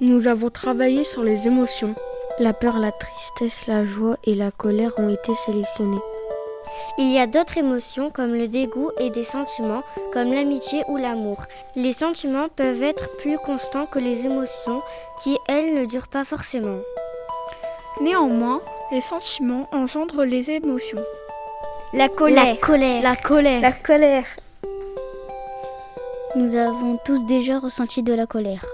Nous avons travaillé sur les émotions. La peur, la tristesse, la joie et la colère ont été sélectionnées. Il y a d'autres émotions comme le dégoût et des sentiments comme l'amitié ou l'amour. Les sentiments peuvent être plus constants que les émotions qui, elles, ne durent pas forcément. Néanmoins, les sentiments engendrent les émotions. La colère. colère. La colère. La colère. Nous avons tous déjà ressenti de la colère.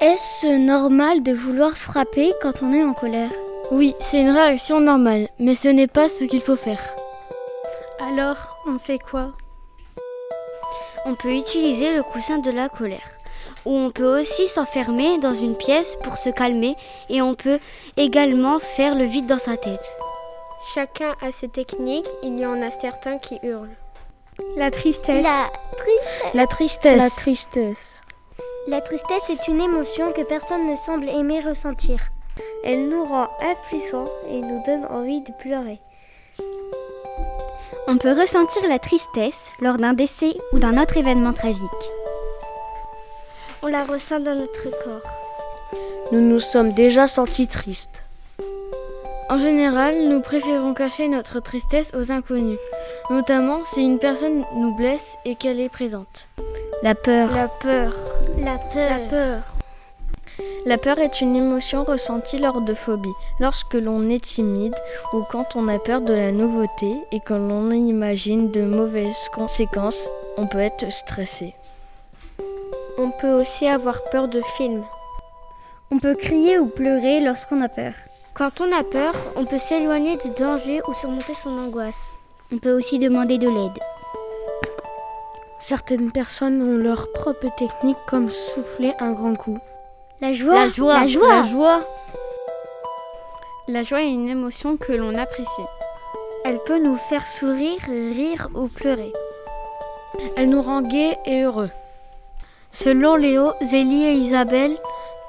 Est-ce normal de vouloir frapper quand on est en colère Oui, c'est une réaction normale, mais ce n'est pas ce qu'il faut faire. Alors, on fait quoi On peut utiliser le coussin de la colère où on peut aussi s'enfermer dans une pièce pour se calmer et on peut également faire le vide dans sa tête. Chacun a ses techniques, il y en a certains qui hurlent. La tristesse. La La tristesse. tristesse. La tristesse. La tristesse est une émotion que personne ne semble aimer ressentir. Elle nous rend impuissants et nous donne envie de pleurer. On peut ressentir la tristesse lors d'un décès ou d'un autre événement tragique on la ressent dans notre corps. Nous nous sommes déjà sentis tristes. En général, nous préférons cacher notre tristesse aux inconnus, notamment si une personne nous blesse et qu'elle est présente. La peur. La peur. La peur. La peur. La peur est une émotion ressentie lors de phobies, lorsque l'on est timide ou quand on a peur de la nouveauté et quand l'on imagine de mauvaises conséquences, on peut être stressé. On peut aussi avoir peur de films. On peut crier ou pleurer lorsqu'on a peur. Quand on a peur, on peut s'éloigner du danger ou surmonter son angoisse. On peut aussi demander de l'aide. Certaines personnes ont leur propre technique comme souffler un grand coup. La joie. La joie. La joie. La joie, La joie est une émotion que l'on apprécie. Elle peut nous faire sourire, rire ou pleurer. Elle nous rend gais et heureux. Selon Léo, Zélie et Isabelle,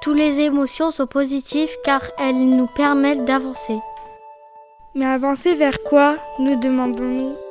toutes les émotions sont positives car elles nous permettent d'avancer. Mais avancer vers quoi nous demandons-nous